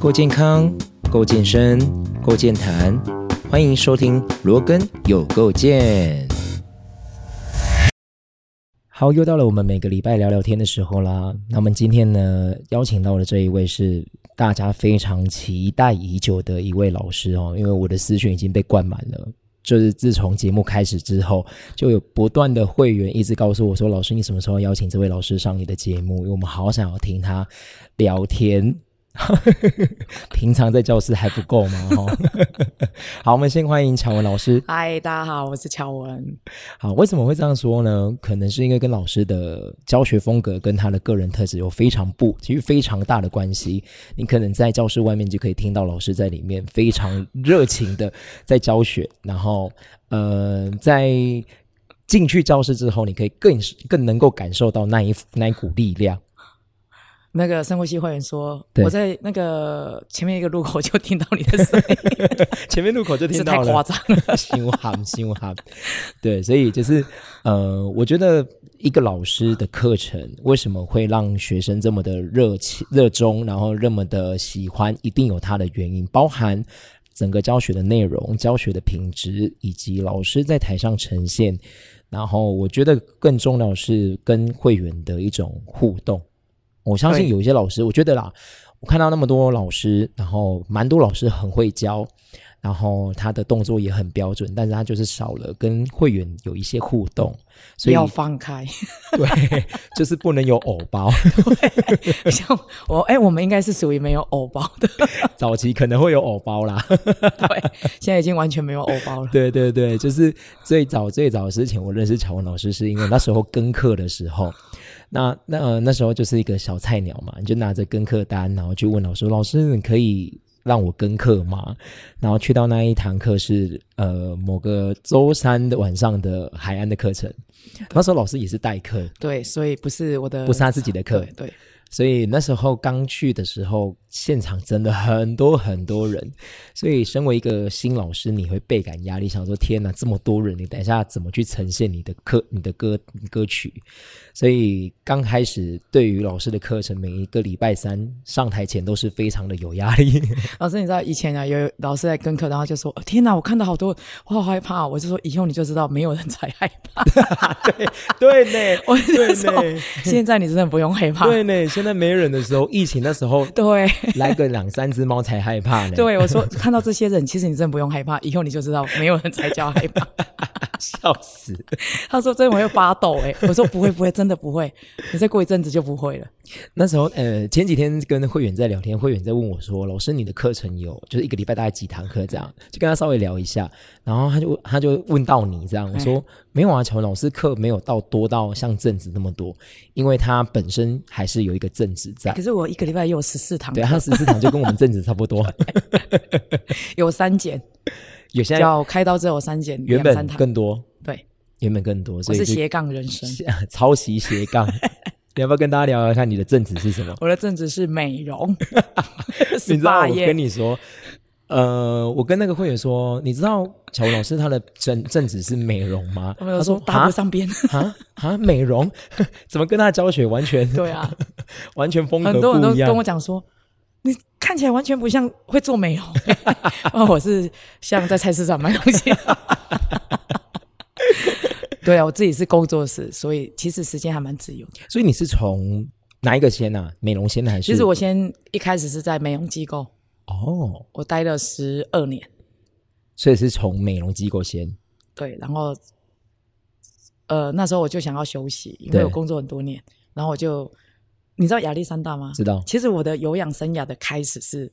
够健康，够健身，够健谈，欢迎收听罗根有够健。好，又到了我们每个礼拜聊聊天的时候啦。那我们今天呢，邀请到的这一位是大家非常期待已久的一位老师哦，因为我的私讯已经被灌满了。就是自从节目开始之后，就有不断的会员一直告诉我说：“老师，你什么时候邀请这位老师上你的节目？因为我们好想要听他聊天。” 平常在教室还不够吗？哦 好，我们先欢迎乔文老师。嗨，大家好，我是乔文。好，为什么会这样说呢？可能是因为跟老师的教学风格跟他的个人特质有非常不，其实非常大的关系。你可能在教室外面就可以听到老师在里面非常热情的在教学，然后呃，在进去教室之后，你可以更更能够感受到那一那一股力量。那个深呼吸会员说，对我在那个前面一个路口就听到你的声 音，前面路口就听这到太了，夸张 了。心寒心寒，对，所以就是呃，我觉得一个老师的课程为什么会让学生这么的热情、热衷，然后这么的喜欢，一定有它的原因，包含整个教学的内容、教学的品质，以及老师在台上呈现。然后我觉得更重要的是跟会员的一种互动。我相信对有一些老师，我觉得啦，我看到那么多老师，然后蛮多老师很会教，然后他的动作也很标准，但是他就是少了跟会员有一些互动，不所以要 放开，对，就是不能有偶包。像我哎、我们应该是属于没有偶包的，早期可能会有偶包啦，对，现在已经完全没有偶包了。 对对对，就是最早最早之前，我认识乔文老师是因为那时候跟课的时候，那那、呃、那时候就是一个小菜鸟嘛，你就拿着跟课单，然后去问老师，老师你可以让我跟课吗？然后去到那一堂课是呃某个周三的晚上的海岸的课程，那时候老师也是代课，对，所以不是我的，不是他自己的课对，对，所以那时候刚去的时候，现场真的很多很多人，所以身为一个新老师，你会倍感压力，想说天哪，这么多人，你等一下怎么去呈现你的歌、你的歌、歌曲？所以刚开始对于老师的课程，每一个礼拜三上台前都是非常的有压力。 老师，你知道以前啊，有老师在跟课，然后就说：“哦天哪，我看到好多，我好害怕哦、我就说：“以后你就知道，没有人才害 怕。对呢， 我就说对呢：“现在你真的不用害怕。对呢，现在没人的时候，疫情那时候 对来个两三只猫才害怕呢。对，我说看到这些人，其实你真的不用害怕，以后你就知道没有人才叫害怕。笑死。他说真的我会发抖哎、 我说不会不会，真的不会，你再过一阵子就不会了。那时候，呃，前几天跟会员在聊天，会员在问我说：“老师，你的课程有就是一个礼拜大概几堂课这嗯样？”就跟他稍微聊一下，然后他就他就问到你这样，嗯我说：“没有啊，乔文老师课没有到多到像正子那么多，因为他本身还是有一个正子在可。”是我一个礼拜也有十四堂对，，他啊十四堂就跟我们正子差不 多，有三减，有些叫开刀之后有三减，原两本三堂。更多，对，原本更多，我所以是就斜杠人生， 抄袭斜 杠。你要不要跟大家聊聊看你的正子是什么？我的正职是 美容，你知是道霸我业跟。你说，呃，我跟那个会员说，你知道乔文老师他的正正职是美容吗？他们他有说搭啊不上 边，啊啊，美容 怎么跟他教学完全对啊，完全风格很多人不都一跟我样？讲说，你看起来完全不像会做美容， 哦，我是像在菜市场买 东西。对啊，我自己是工作室，所以其实时间还蛮自由的。所以你是从哪一个先啊？美容先还是？其实我先一开始是在美容机构，哦，我待了十二年，所以是从美容机构先。对，然后呃那时候我就想要休息，因对为我工作很多年，然后我就你知道亚历山大吗？知道其实我的有氧生涯的开始是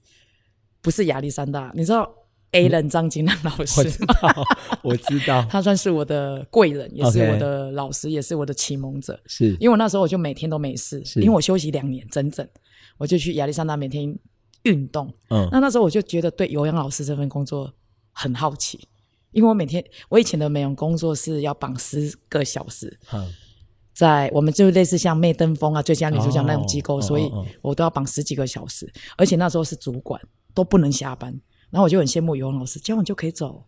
不是亚历山大？你知道 A 人张金兰老嗯 我师知吗？道，我知道， 他算是我的贵人，也是 OK 我的老师，也是我的启蒙者。是因为我那时候我就每天都没事，是因为我休息两年整整，我就去亚历山大每天运动。嗯那那时候我就觉得对有氧老师这份工作很好奇，因为我每天我以前的美容工作是要绑十个小时，好在我们就类似像媚登峰啊、最佳女主角那种机构，哦所以哦哦我都要绑十几个小时，而且那时候是主管都不能下班，然后我就很羡慕游泳老师，这样我就可以走。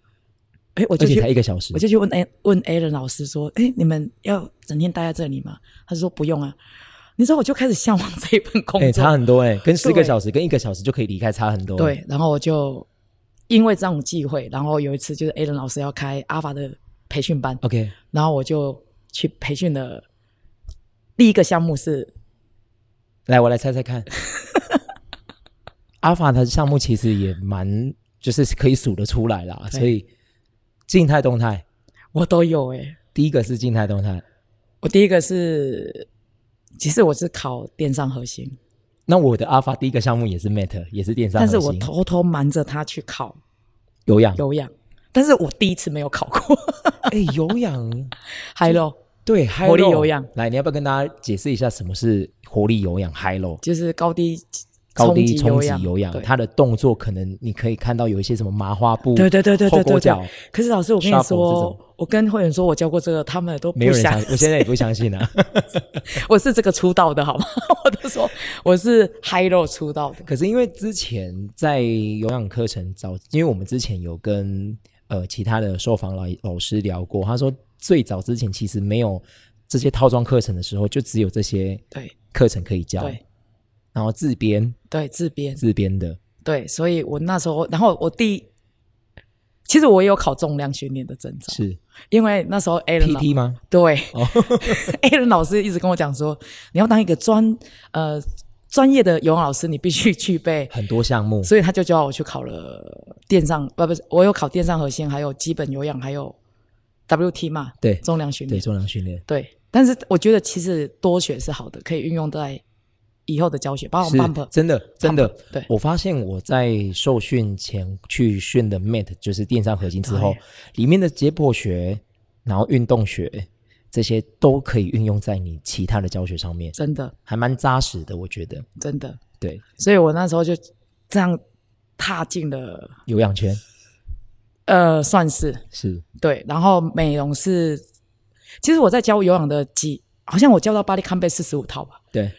哎，我而就且去才一个小时我，就去问 A 问 A 人老师说：“哎，你们要整天待在这里吗？”他就说：“不用啊。”你知道我就开始向往这一份工哎、作，差很多哎、跟十个对小时跟一个小时就可以离开差很多。对，，然后我就因为这种忌讳，然后有一次就是 a l a n 老师要开阿法的培训班 OK，然后我就去培训的第一个项目是来我来猜猜 看，阿法的项目其实也蛮就是可以数得出来啦，对所以静态动态，我都有诶、第一个是静态动态。我第一个是其实我是考电商核心，那我的阿法第一个项目也是 Mate，也是电商但核是心，我偷偷瞒着他去考有氧，有氧，但是我第一次没有考过哎、有氧， h 喽，对，活力 Hilo 有氧。来，你要不要跟大家解释一下什么是活力有氧 High Low？就是高低高低击冲击氧，有氧，对它的动作可能你可以看到有一些什么麻花步，对对对对后对勾对脚对。，可是老师，我跟你 shuffle 这种说，我跟会员说我教过这个，他们都没不有人想相，我现在也不相信啊。我是这个出道的好吗？ 我都说我是 high low 出道的，可是因为之前在有氧课程早，因为我们之前有跟呃其他的受访老老师聊过，他说最早之前其实没有这些套装课程的时候，就只有这些对课程可以教，对然后自编对，自编自编的，对，所以我那时候，然后我第，其实我也有考重量训练的证照，是哦因为那时候 a l a PT 吗？对、a l a n 老师一直跟我讲说，你要当一个专呃专业的游泳老师，你必须具备很多项目，所以他就叫我去考了电上，不不是，我有考电上核心，还有基本有氧，还有 WT 嘛，对重量训对练，重量训练，对。但是我觉得其实多学是好的，可以运用在以后的教学，包括是哦 bump，真的真的 Pump，。对我发现我在受训前去训的 Mate 就是电商核心之后对，里面的解剖学，然后运动学这些都可以运用在你其他的教学上面，真的还蛮扎实的，我觉得。真的。对，所以我那时候就这样踏进了，有氧圈呃，算是是对。然后美容是，其实我在教有氧的几，好像我教到巴黎康贝四十五套吧，对，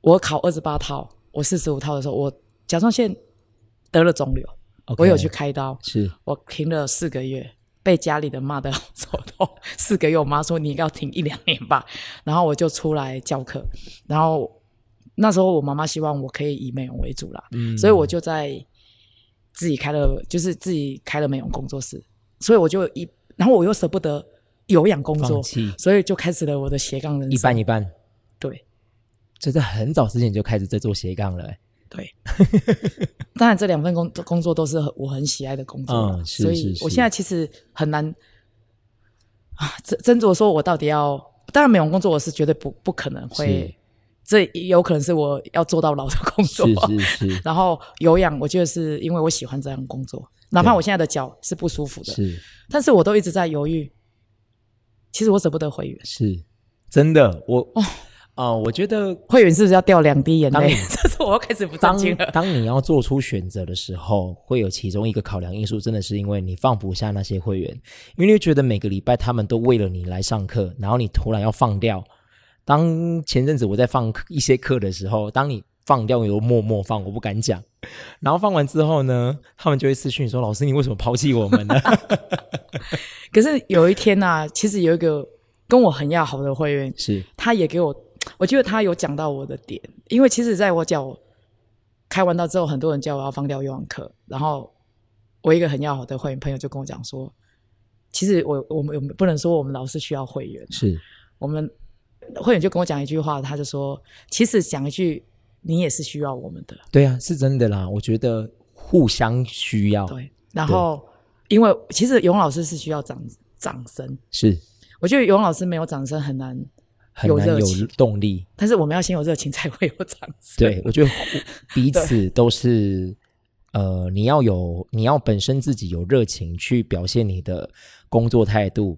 我考二十八套，我四十五套的时候，我甲状腺得了肿瘤。 OK，我有去开刀，是我停了四个月，被家里的骂的手痛。四个月，我妈说你应该要停一两年吧。 然后我就出来教课，然后那时候我妈妈希望我可以以美容为主啦，嗯所以我就在自己开了，就是自己开了美容工作室。所以我就一，然后我又舍不得有氧工放作，弃所以就开始了我的斜杠人生。一半一半，对就在很早之前就开始在做斜杠了、欸 对。当然，这两份工工作都是很我很喜爱的工作啦、嗯是所是以是我现在其实很难啊，斟斟酌说我到底要。当然，美容工作我是绝对不不可能会，这有可能是我要做到老的工作。是是是 然后有氧，我觉得是因为我喜欢这样工作，哪怕对我现在的脚是不舒服的，是但是我都一直在犹豫。其实我舍不得会员，是，真的，我哦、呃我觉得会员是不是要掉两滴眼当泪你？ 这是我又开始不 当正经了。当你要做出选择的时候，会有其中一个考量因素，真的是因为你放不下那些会员，因为你会觉得每个礼拜他们都为了你来上课，然后你突然要放掉。当前阵子我在放一些课的时候，当你放掉，我又默默放，我不敢讲。然后放完之后呢，他们就会私讯说：“老师，你为什么抛弃我们呢，可是有一天呐、其实有一个跟我很要好的会员？”是他也给我，我觉得他有讲到我的点，因为其实在我脚开完刀之后，很多人叫我要放掉游泳课，然后我一个很要好的会员朋友就跟我讲说，其实我我们我们不能说我们老是需要会员，是我们会员就跟我讲一句话，他就说，其实讲一句你也是需要我们的，对啊，是真的啦。我觉得互相需要，对，然后因为其实游泳老师是需要掌掌声，是我觉得游泳老师没有掌声很难。很有难热有情动力。但是我们要先有热情，才会有掌声。对，我觉得彼此都是，呃，你要有，你要本身自己有热情去表现你的工作态度，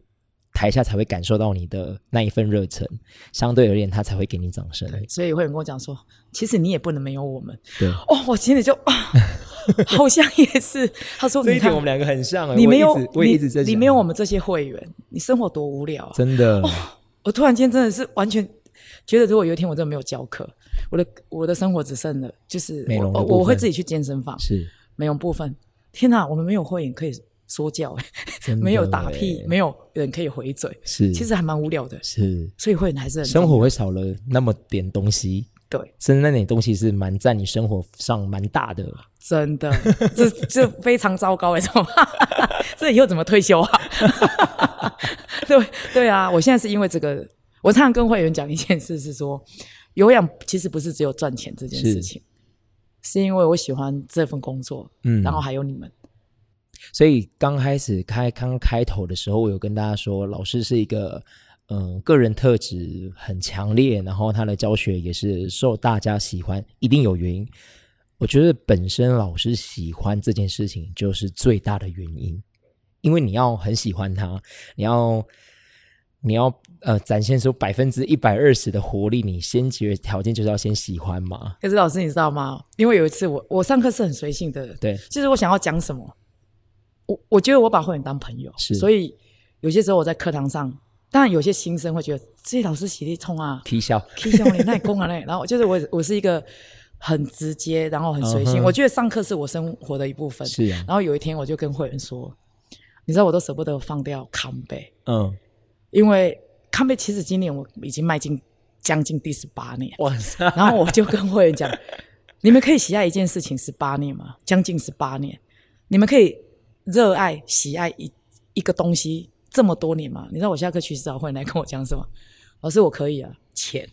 台下才会感受到你的那一份热忱，相对而言，他才会给你掌声。对，所以会有人跟我讲说，其实你也不能没有我们。对，哦，我心里就 啊，好像也是。他说，这你一点看我们两个很像、欸，你我没也有一直我也一直在你，你想没有我们这些会员，你生活多无聊啊！真的，我突然间真的是完全觉得，如果有一天我真的没有教课，我的我的生活只剩了就是美容的我部分我会自己去健身房是美容部分。天哪，我们没有会员可以说教、欸真的没有打屁欸，没有人可以回嘴，是，其实还蛮无聊的。是所以会还是很生重活要会少了那么点东西，对，甚至那点东西是蛮在你生活上蛮大的。真的，这这非常糟糕哎、欸，怎 么办？这以后怎么退休啊？ 对对啊，我现在是因为这个，我常常跟会员讲一件事是说，有氧其实不是只有赚钱这件事情，是因为我喜欢这份工作，嗯，然后还有你们，所以刚开始开刚开头的时候，我有跟大家说，老师是一个嗯个人特质很强烈，然后他的教学也是受大家喜欢，一定有原因。我觉得本身老师喜欢这件事情就是最大的原因，因为你要很喜欢他，你要你要呃展现出百分之一百二十的活力，你先决条件就是要先喜欢嘛。可是老师你知道吗？因为有一次我我上课是很随性的人，对，就是我想要讲什么，我我觉得我把会员当朋友，是所以有些时候我在课堂上，当然有些新生会觉得这老师洗力冲啊，踢笑， K 兄你那你功啊嘞，然后就是我我是一个很直接，然后很随性嗯哼我觉得上课是我生活的一部分。是啊，然后有一天我就跟会员说，你知道我都舍不得放掉康贝，嗯，因为康贝其实今年我已经迈进将近第十八年，哇塞，然后我就跟会员讲，你们可以喜爱一件事情十八年吗？将近十八年，你们可以热爱喜爱一一个东西这么多年吗？你知道我下课去洗澡，会员来跟我讲什么？老师，我可以啊，钱。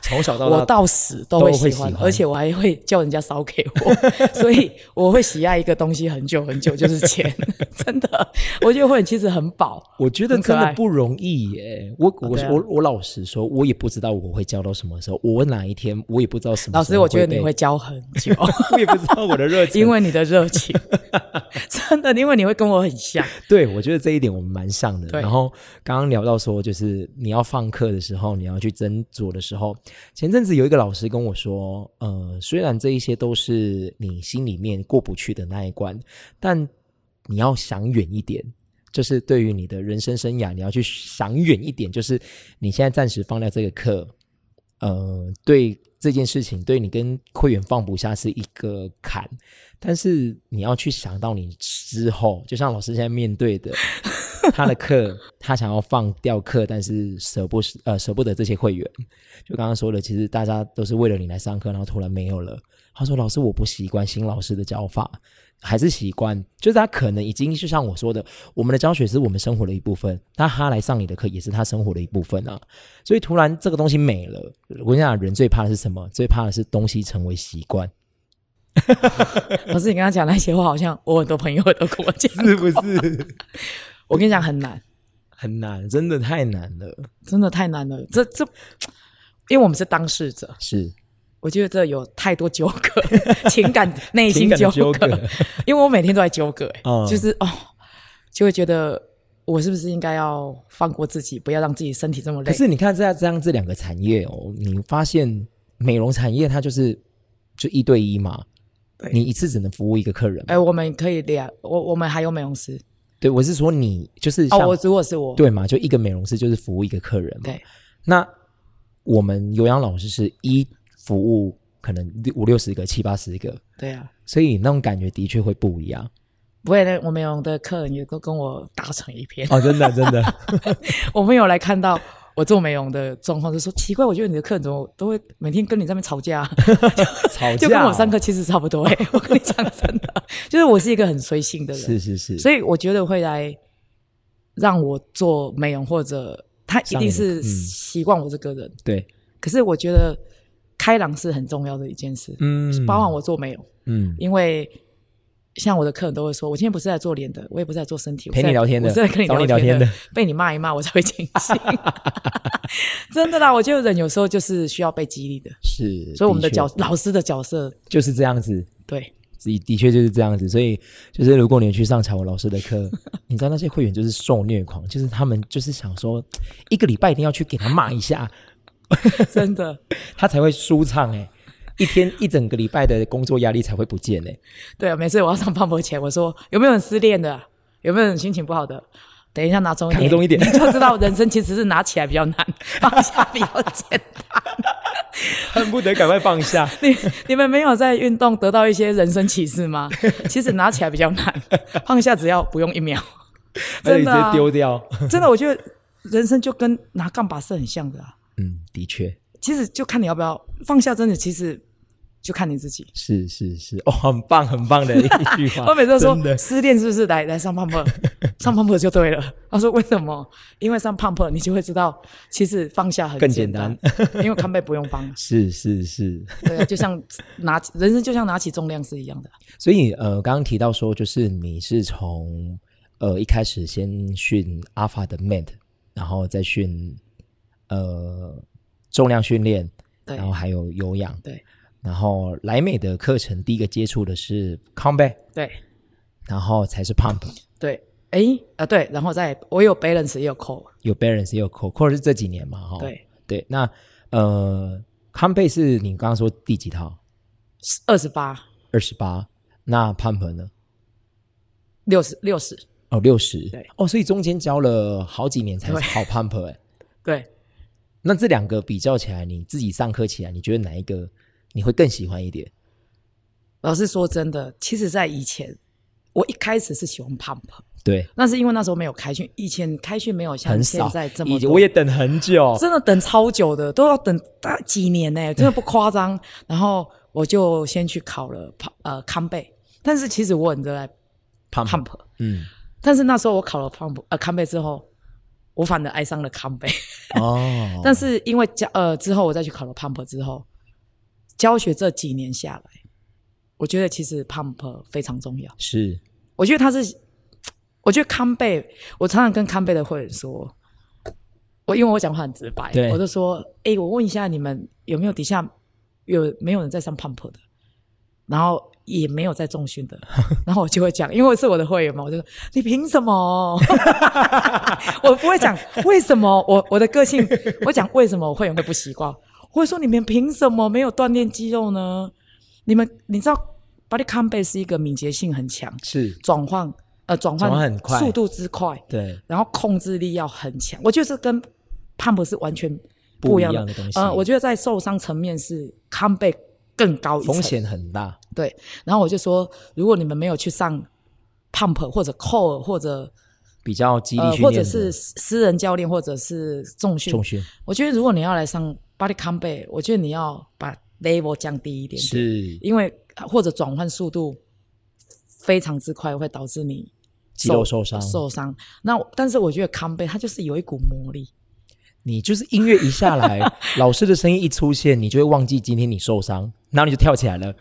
从小到大我到死都都会会喜喜欢，欢而且我还会叫人家烧给我， 所以我会喜爱一个东西很久很久，就是钱， 真的，我觉得会很其实很饱，我觉得很可真的爱不容易耶。我我对啊我我老实说，我也不知道我会教到什么时候，我哪一天我也不知道什么时候。老师，我觉得你会，教很久， 我也不知道我的热情。因为你的 热情，真的，因为你会跟我很像，对我觉得这一点我们蛮像的。对然后刚刚聊到说，就是你要放课的时候，你要去斟酌的时候，前阵子有一个老师跟我说，呃，虽然这一些都是你心里面过不去的那一关，但你要想远一点。就是对于你的人生生涯，你要去想远一点。就是你现在暂时放掉这个课，呃，对这件事情，对你跟会员放不下是一个坎，但是你要去想到你之后，就像老师现在面对的，他的课，他想要放掉课，但是舍不呃舍不得这些会员，就刚刚说的，其实大家都是为了你来上课，然后突然没有了。他说：“老师，我不习惯新老师的教法，还是习惯，就是他可能已经就像我说的，我们的教学是我们生活的一部分，那他来上你的课也是他生活的一部分啊。所以突然这个东西没了，我跟你讲，人最怕的是什么？最怕的是东西成为习惯，老师，你刚刚讲那些话，好像我很多朋友都跟我讲， 是不是？我跟你讲很难，很难，真的太难了。真的太难了，这这，因为我们是当事者，是，我觉得这有太多纠葛， 情感内心情感的纠纠 葛因为我每天都在纠葛、欸嗯就是哦，就会觉得我是不是应该要放过自己，不要让自己身体这么可累？是你看这样这样这两个产业哦，你发现美容产业它就是就一对一嘛对，你一次只能服务一个客人嘛。哎、我们可以聊，我我们还有美容师对，我是说你就是哦，像、我如果是我，对嘛，就一个美容师就是服务一个客人嘛。对那我们有氧老师是一服务可能六五六十个、七八十个，对啊，所以那种感觉的确会不一样。不会呢，我美容的客人也都跟我打成一片， 哦，真的真 的，我朋友来看到。我做美容的状况就说奇怪，我觉得你的客人怎么都会每天跟你在那边吵架啊、吵架、哦、就跟我上课其实差不多哎、我跟你讲真的， 就是我是一个很随性的人，是是是，所以以我觉得会来让我做美容，或者他一定上你的是嗯习惯我这个人。对，可是我觉得开朗是很重要的一件事，嗯包含我做美容，嗯因为像我的客人都会说，我今天不是在做脸的，我也不是在做身体，我陪你是在聊天的我是在跟找你聊聊天的的，被你骂一骂，我才会清醒。 真的啦，我觉得人有时候就是需要被激励的，是，所以我们的确角老师的角色，就是这样子。对的的确就是这样子，所以就是如果你去上乔我老师的 课，你知道那些会员就是受虐狂，就是他们就是想说一个礼拜一定要去给他骂一下，真的。他才会舒畅哎、一天一整个礼拜的工作压力才会不见哎、 对啊，每次我要上磅礴前，我说 有没有人失恋的啊、有没有人心情不好的？等一下拿重 一点，扛重一点 你就知道人生其实是拿起来比较难，放下比较简单。恨不得赶快放下。你你们没有在运动得到一些人生启示吗？ 其实拿起来比较 难，放下只要不用一秒，而且真哎你的直啊接丢 掉。真的，我觉得人生就跟拿杠把是很像的啊。嗯，的确其实就看你要不要放下，真的其实就看你自己。是是是，哦，很棒很棒的一句话。 我每次都啊真说的失恋是不是来来 上 pump，上 pump 就对了。他说为什么？因为上 pump 你就会知道，其实放下很更简简单 因为康贝不用帮。是是是，对啊，就像拿起人生就像拿起重量是一样的。所以呃，刚刚提到说，就是你是从呃一开始先训 Alpha 的 Mat，然后再训呃重量训练，对然后还有有氧，对然后莱美的课程第一个接触的是 Combat，对然后才是 Pump，对，诶，啊对，然后再我有 balance 也有 core，有 Balance 也有 Core，Core 是这几年嘛，哈、对，对，那呃 Combat 是你刚刚说第几套？二十八二十八，那 Pump 呢？六十六十，哦，六十，对哦，所以中间教了好几年才对好 Pump 哎、对，那这两个比较起来，你自己上课起来，你觉得哪一个你会更喜欢一点？老实说真的，其实在以前，我一开始是喜欢 pump，对，那是因为那时候没有开训，以前开训没有像很现少，在这以么前多我也等很久，真的等超久的，都要等大几年呢、真的不夸张。然后我就先去考了呃康贝，但是其实我很热爱胖 pump，嗯，但是那时候我考了 pump 呃康贝之后，我反而爱上了康贝。，哦但是因为教呃之后我再去考了 pump 之后，教学这几年下来，我觉得其实 pump 非常重要。是我觉得他是，我觉得康贝，我常常跟康贝的会员说，我因为我讲话很直白对，我就说，哎、我问一下你们有没有底下有没有人在上 pump 的，然后也没有在重训的，然后我就会讲，因为是我的会员嘛，我就说你凭什么？ 我不会讲为什么，我我的个性，我讲为什么我会员会不习惯，我会说你们凭什么没有锻炼肌肉呢？你们你知道 body c o m b a 是一个敏捷性很强，是，转换呃转转换换很快速度之快，对，然后控制力要很强。我觉得这跟胖不是完全不不一一样样的东西呃，我觉得在受伤层面是康贝更高一层风险很大，对。然后我就说，如果你们没有去上 pump 或者 core 或者比较激励呃训练的，或者是私私人教练或者是重训，重训我觉得如果你要来上 body c o m b a 我觉得你要把 level 降低一点点。是因为或者转换速度非常之快，会导致你肌肉受伤受伤。那我但是我觉得康贝它就是有一股魔力，你就是音乐一下 来，老师的声音一出现，你就会忘记今天你受伤，然后你就跳起来了，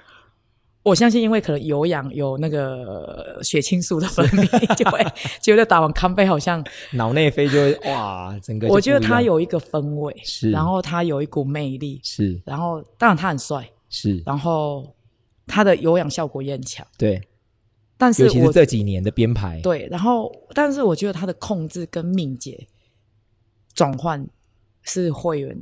我相信因为可能有氧有那个呃血清素的分泌， 就会觉得打完康贝好像，脑内啡就会哇，整个就我觉得不一他样有一个氛围，是然后他有一股魅力，是然后当然他很帅，是，然后他的有氧效果也很强，对，但是尤其是我这几年的编排，对，然后但是我觉得他的控制跟敏捷转换是会员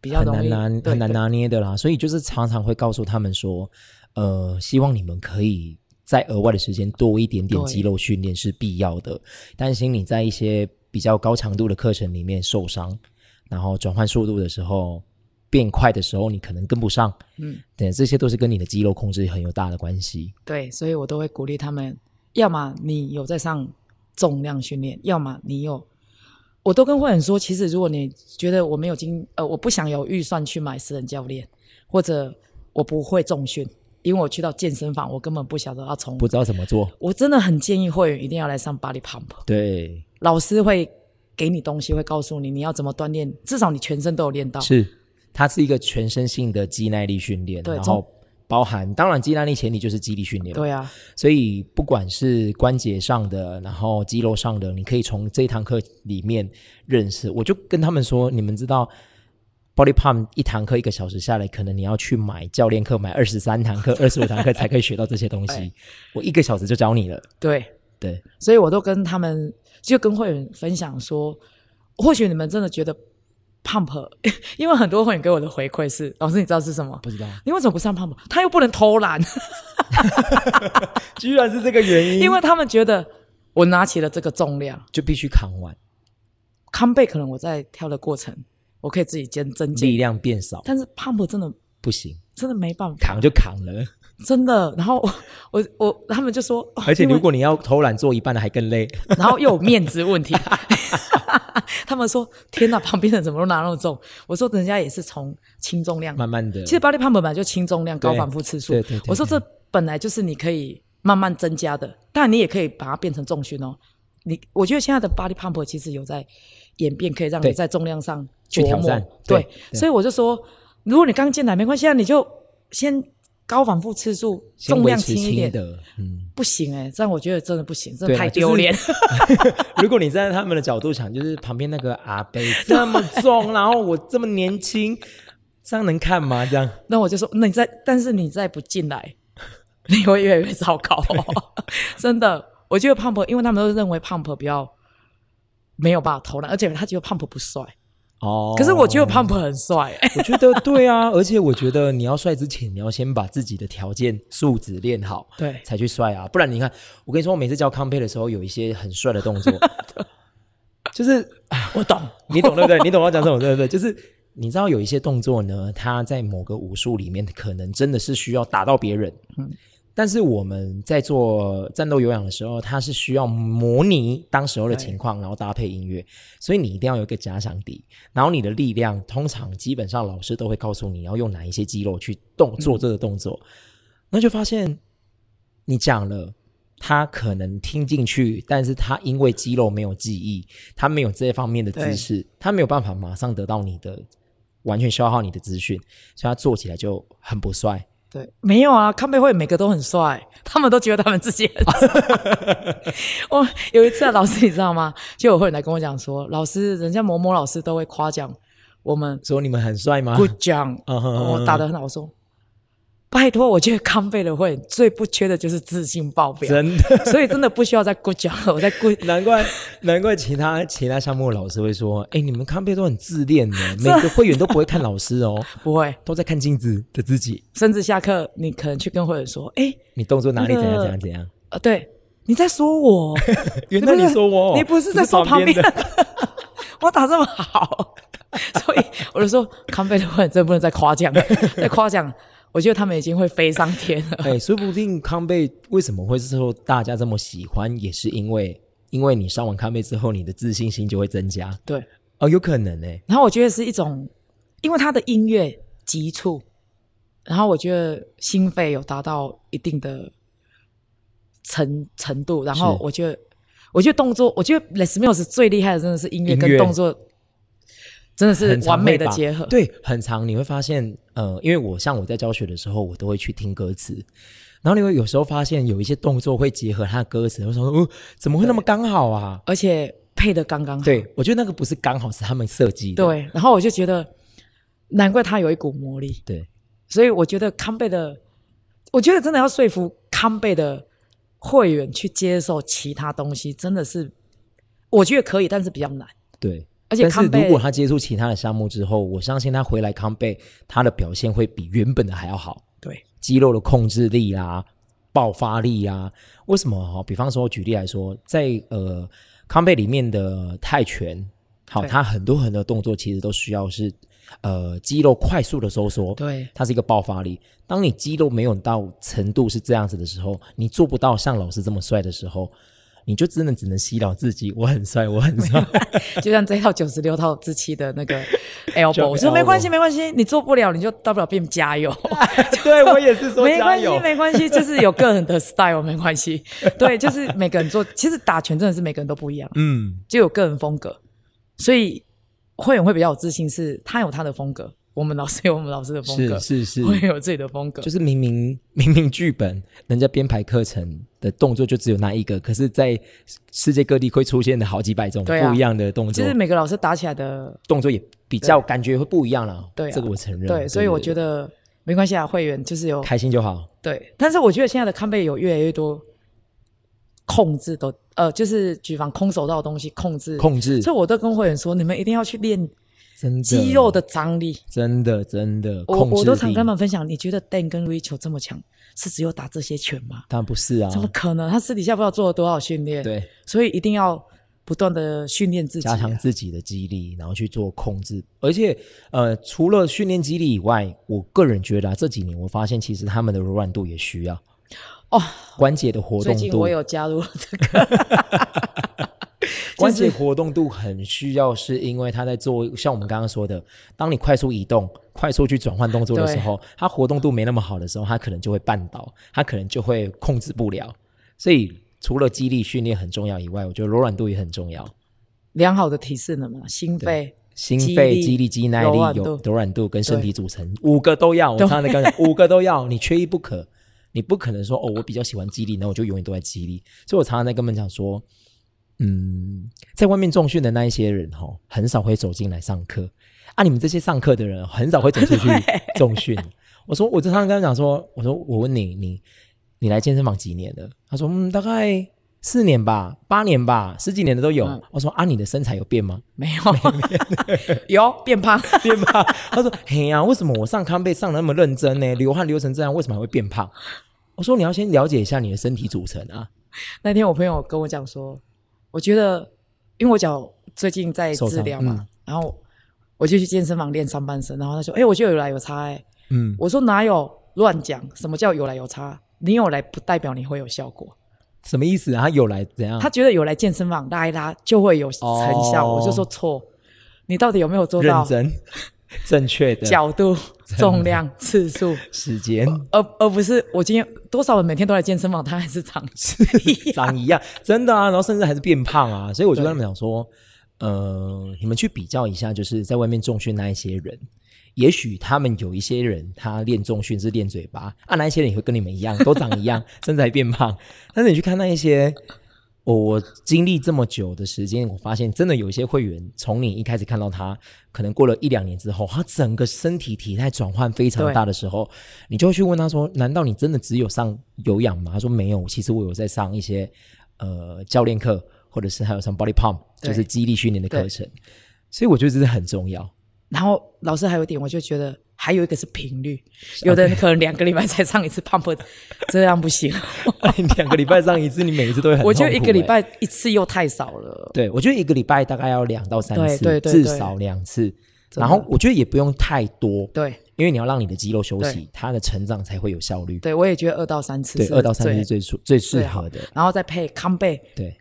比较很容难易拿对很难对拿捏的啦，所以就是常常会告诉他们说，呃，希望你们可以在额外的时间多一点点对肌肉训练是必要的，担心你在一些比较高强度的课程里面受伤，然后转换速度的时候变快的时候你可能跟不上，嗯对，这些都是跟你的肌肉控制很有大的关系。对，所以我都会鼓励他们，要么你有在上重量训练，要么你有。我都跟会员说，其实如果你觉得我没有经呃，我不想有预算去买私人教练，或者我不会重训，因为我去到健身房，我根本不晓得要从不。知道怎么做，我真的很建议会员一定要来上 Body Pump。对，老师会给你东西，会告诉你你要怎么锻炼，至少你全身都有练到。是，它是一个全身性的肌耐力训练，对然中后包含当然肌耐力前提就是肌力训练嘛，对啊，所以不管是关节上的，然后肌肉上的，你可以从这一堂课里面认识。我就跟他们说，你们知道。Body Pump 一堂课一个小时下来，可能你要去买教练课，买二十三堂课、二十五堂课才可以学到这些东西哎。我一个小时就教你了，对，对，所以我都跟他们就跟会员分享说，或许你们真的觉得 pump，因 为很多会员给我的回馈是，老师你知道是什么？不知道，你为什么不上 pump？他又不能偷懒， 居然是这个原因， 因为他们觉得我拿起了这个重量，就必须扛完。康贝可能我在跳的过程，我可以自己增增力减。量变少，但是 pump 真的不行，真的没办法，扛就扛了。真的。然后我我我他们就说，哦而且因为如果你要偷懒做一半的，还更累。然后又有面子问题。 他们说：“天哪，旁边人怎么都拿那么重？”我说：“人家也是从轻重量，慢慢的，其实 body pump 本来就轻重量、高对反复次数。对对对我说这本来就是你可以慢慢增加的，但你也可以把它变成重训哦。你我觉得现在的 body pump 其实有在演变，可以让你对在重量上去琢磨挑战对，对对所以我就说，如果你刚进来没关系，啊，你就先高反复次数，先重维量持轻一轻点。的，嗯。不行哎、这样我觉得真的不行，真对的啊太就是丢脸。 如果你站在他们的角度想，就是旁边那个阿贝这么重，然后我这么年轻，这样能看吗？这样那我就说，那你再，但是你再不进来， 你会越来越糟糕、哦。 真的，我觉得 pump，因为他们都认为 pump 比较没有办法投篮，而且他觉得 pump 不帅。哦。可是我觉得 pump 很帅、我觉得对啊，而且我觉得你要帅之前，你要先把自己的条件素质练好， 对才去帅啊。不然你看，我跟你说，我每次教康佩的时候，有一些很帅的动作，就是我懂。你懂对不对？你懂我要讲什么对不对？就是你知道有一些动作呢，它在某个武术里面可能真的是需要打到别人，嗯但是我们在做战斗有氧的时候，它是需要模拟当时候的情况，然后搭配音乐，所以你一定要有一个假想敌，然后你的力量通常基本上老师都会告诉你要用哪一些肌肉去动做这个动作，那就发现你讲了。他可能听进去，但是他因为肌肉没有记忆，他没有这方面的知识，他没有办法马上得到你的完全消耗你的资讯，所以他做起来就很不帅。对，没有啊，康贝会每个都很帅，他们都觉得他们自己很帅。 我有一次啊，老师你知道吗？就有会员来跟我讲说，老师，人家某某老师都会夸奖我们说你们很帅吗？ good job，、嗯哼我打得很好。我说，拜托，我觉得康贝的会员最不缺的就是自信爆表，真的，所以真的不需要再 good job，了我在 good 难怪难怪其他其他项目的老师会说，哎、你们康贝都很自恋的， 每个会员都不会看老师哦，不会，都在看镜子的自己，甚至下课你可能去跟会员说，哎、你动作哪里那怎个样怎样怎样。呃，对你在 说我，原来你说我哦，你不是在说旁旁边的， 我打这么好，所以我就说康贝的会员真的不能再夸奖了，再夸奖，我觉得他们已经会飞上天了。哎、说不定康贝为什么会受大家这么喜欢，也是因为因为你上完康贝之后，你的自信心就会增加对，哦，有可能呢、然后我觉得是一种，因为他的音乐急促，然后我觉得心肺有达到一定的程程度，然后是我觉得，我觉得动作，我觉得 Les Mills 最厉害的真的是音乐音跟乐动作，真的是很常完美的会把结合。对，很长你会发现，呃，因为我像我在教学的时候，我都会去听歌词，然后你会有时候发现有一些动作会结合他的歌词，我说哦，怎么会那么刚好啊？而且配的刚刚好。对，我觉得那个不是刚好，是他们设计的。对，然后我就觉得，难怪他有一股魔力。对所以我觉得康贝的，我觉得真的要说服康贝的会员去接受其他东西，真的是我觉得可以，但是比较难。对，而且但是康贝如果他接触其他的项目之后，我相信他回来康贝，他的表现会比原本的还要好。对肌肉的控制力啦、爆发力啊。为什么哈、比方说，我举例来说，在呃康贝里面的泰拳，好，对它很多很多动作其实都需要是呃肌肉快速的收缩，对它是一个爆发力。当你肌肉没有到程度是这样子的时候，你做不到像老师这么帅的时候。你就真的只能洗脑自己，我很帅，我 很帅。就像这一套九十六套之七 的那个 elbow，就我说没关系， elbow 没关系，你做不了你就大不了变 加油，对我也是说没加关系油，，没关系，就是有个人的 style，没关系。对，就是每个人做，其实打拳真的是每个人都不一样，嗯，就有个人风格，所以会员会比较有自信，是他有他的风格，我们老师有我们老师的风格，嗯是是是，会有自己的风格，就是明明明明剧本人家编排课程的动作就只有那一个，可是，在世界各地会出现的好几百种对啊不一样的动就作，是每个老师打起来的，动作也比较感觉会不一样了。对啊这个我承认。对，所以我觉得得没关系啊，会员就是有开心就好。对，但是我觉得现在的康贝有越来越多控制的，呃，就是举凡空手道的东西控制，控制所以我都跟会员说，你们一定要去练真的肌肉的张力。真的真的我控制我都常力跟他们分享，你觉得 Dan 跟 Rachel 这么强，是只有打这些拳吗？当然不是啊怎，么可能？他私底下不知道做了多少训练，对，所以一定要不断的训练自己加啊、强自己的肌力，然后去做控制。而且，呃，除了训练肌力以外，我个人觉得啊，这几年我发现其实他们的柔软度也需要哦。关节的活最动近度我，有加入这个，关节活动度很需要，是因为它在做像我们刚刚说的，当你快速移动、快速去转换动作的时候，它活动度没那么好的时候，它可能就会绊倒，它可能就会控制不了。所以，除了肌力训练很重要以外，我觉得柔软度也很重要。良好的体适能嘛，心肺心肌肺、力肌力、肌耐柔力、软有度柔软度跟身体组成，五个都要。我常常在跟你讲，五个都要，你缺一不可。你不可能说哦，我比较喜欢肌力，那我就永远都在肌力。所以我常常在跟他们讲说，嗯，在外面重训的那一些人哈、哦，很少会走进来上课啊。你们这些上课的人，哦很少会走出去重训。我说，我就常常跟他讲说，我说我问你，你你来健身房几年了？他说，嗯，大概四年吧，八年吧，十几年的都有。嗯我说啊，你的身材有变吗？没有 有变胖，变胖。 他说：“嘿呀、为什么我上康贝上的那么认真呢？流汗流成这样，为什么还会变胖？”我说：“你要先了解一下你的身体组成啊，那天我朋友跟我讲说，我觉得因为我脚最近在受治伤疗嘛，嗯然后我就去健身房练上半身，然后他说：“哎、我觉得有来有差、欸。”嗯，我说：“哪有乱讲？什么叫有来有差？你有来不代表你会有效果。什么意思、啊？他有来怎样？他觉得有来健身房拉一拉就会有成效，哦我就说错。你到底有没有做认到 真、正确啊的角度、重量、次数？时间而而不是我今天多少人每天都来健身房，他还 是长期长一样，真的啊。然后甚至还是变胖啊。所以我就跟他们讲说，呃，你们去比较一下，就是在外面重训那一些人。”也许他们有一些人，他练重训是练嘴巴，啊，那一些人也会跟你们一样，都长一样，身材变胖。但是你去看那一些，我我经历这么久的时间，我发现真的有一些会员，从你一开始看到他，可能过了一两年之后，他整个身体体态转换非常对大的时候，你就会去问他说：“难道你真的只有上有氧吗？”他说：“没有，其实我有在上一些呃教练课，或者是还有上 body pump，对就是肌力训练的课对程。”所以我觉得这是很重要。 然后老师还有一点，我就觉得还有一个是频率，有的人可能两个礼拜才上一次 pump，这 样不行。你两个礼拜上一次，你每一次都会很我觉得痛一苦个礼欸拜一次又太少了。对，我觉得一个礼拜大概要两到三对次，对对至对少两次。真然后的我觉得也不用太多，对因为你要让你的肌肉休息对，它的成长才会有效率。对，我也觉得二到三次对，是二到三次是最，最舒最适最好合的。然后再配康贝，对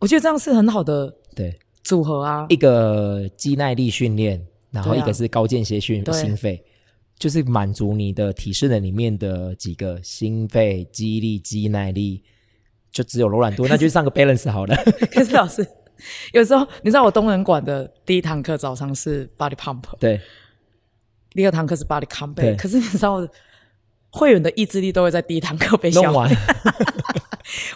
我觉得这样是很好的对，组合啊。 一个肌耐力训练，然后对一啊个是高间歇训对心肺，就是满足你的体适能里面的几个心肺、肌力、肌耐力，就只有柔软度，那就上个 balance 好了。可是老师有时候，你知道我东人馆的第一堂课早上是 body pump，对，第二堂课是 body 康贝对，可是你知道我会员的意志力都会在第一堂课被消弄耗完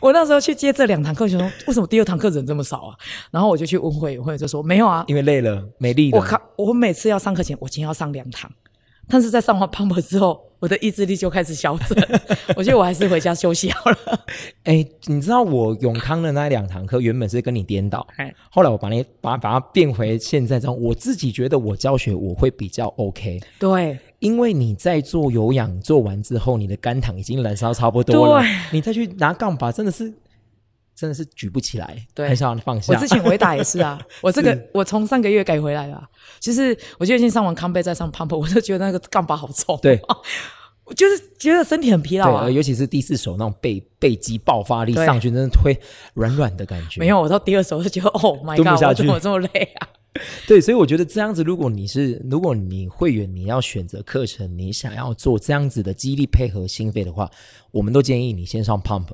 我那时候去接这两堂课，就说为什么第二堂课人这么少啊？然后我就去问会员，会员就说没有啊，因为累了没力了。我靠，我每次要上课前，我今天要上两堂，但是在上完 pump 之后，我的意志力就开始消 沉，我觉得我还是回家休息好了。哎，你知道我永康的那两堂课原本是跟你颠倒，哎后来我把你把把它变回现在这样，我自己觉得我教学我会比较 OK，对因为你在做有氧做完之后，你的肝糖已经燃烧差不多了对，你再去拿杠把，真的是真的是举不起来，对很想放我下之。前回打也是啊，我这个我从上个月改回来了啊，就是我就已经上完康贝再上 pump，我就觉得那个杠把好重， 对，我就是觉得身体很疲对，劳啊呃。尤其是第四手那种背背肌爆发力对上去，真的推软软的感觉。没有，我到第二首就觉得，Oh my 蹲不 god，下我去怎么这么累啊？对，所以我觉得这样子，如果你是如果你会员你要选择课程，你想要做这样子的激励配合心肺的话，我们都建议你先上 pump，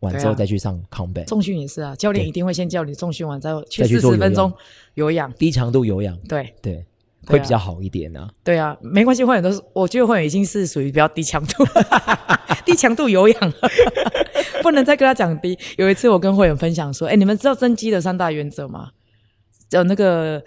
完对啊之后再去上 combat，、重训也是啊，教练一定会先叫你重训完之后去再去四做十有分氧钟有氧，低强度有氧，对对，对会啊比较好一点啊。对啊，没关系，会员都是，我觉得会员已经是属于比较低强度， 低强度有氧了， 不能再跟他讲低。有一次我跟会员分享说，哎、你们知道增肌的三大原则吗？有那个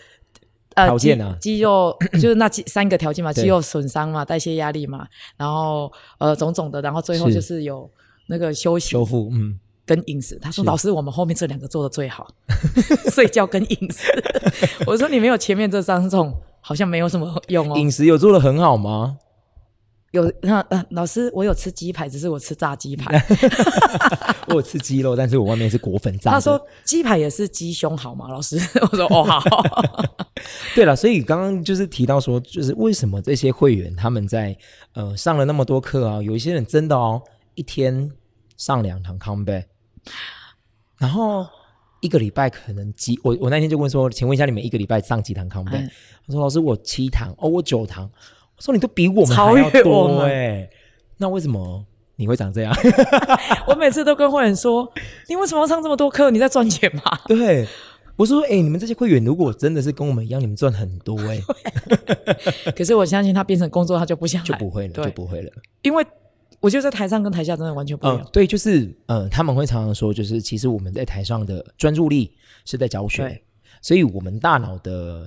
呃条件啊肌肌肉就是那几三个 条件嘛，对肌肉损伤嘛，代谢压力嘛，然后呃种种的，然后最后是就是有那个休息修复，嗯，跟饮食。他说：“是老师，我们后面这两个做的最好， 睡觉跟饮食。” 我说：“你没有前面这三种，好像没有什么用哦。饮食有做的很好吗？有那、呃、老师，我有吃鸡排，只是我吃炸鸡排。我有吃鸡肉，但是我外面是裹粉 炸的。他说鸡排也是鸡胸好吗？老师， 我说哦好。对了，所以刚刚就是提到说，就是为什么这些会员他们在呃上了那么多课啊，有一些人真的哦一天上两堂康贝，然后一个礼拜可能几我我那天就问说，请问一下你们一个礼拜上几堂康贝？嗯他说老师我七堂哦我九堂，我说你都比我们超还要越我多们哎、那为什么你会长这样？我每次都跟会员说，你为什么要上这么多课？你在赚钱 吗？对，我说，哎、你们这些会员如果真的是跟我们一样，你们赚很多、 哎，可是我相信他变成工作，他就不想就来不会了，对就不会了。因为我觉得在台上跟台下真的完全不一嗯、样。对，就是，嗯、他们会常常说，就是其实我们在台上的专注力是在教学对，所以我们大脑的